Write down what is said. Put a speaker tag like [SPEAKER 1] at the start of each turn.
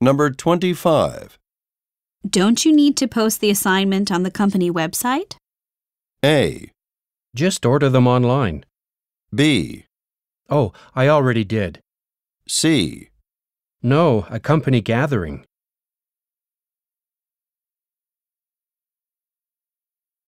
[SPEAKER 1] Number 25.
[SPEAKER 2] Don't you need to post the assignment on the company website?
[SPEAKER 1] A.
[SPEAKER 3] Just order them online.
[SPEAKER 1] B.
[SPEAKER 3] Oh, I already did.
[SPEAKER 1] C.
[SPEAKER 3] No, a company gathering.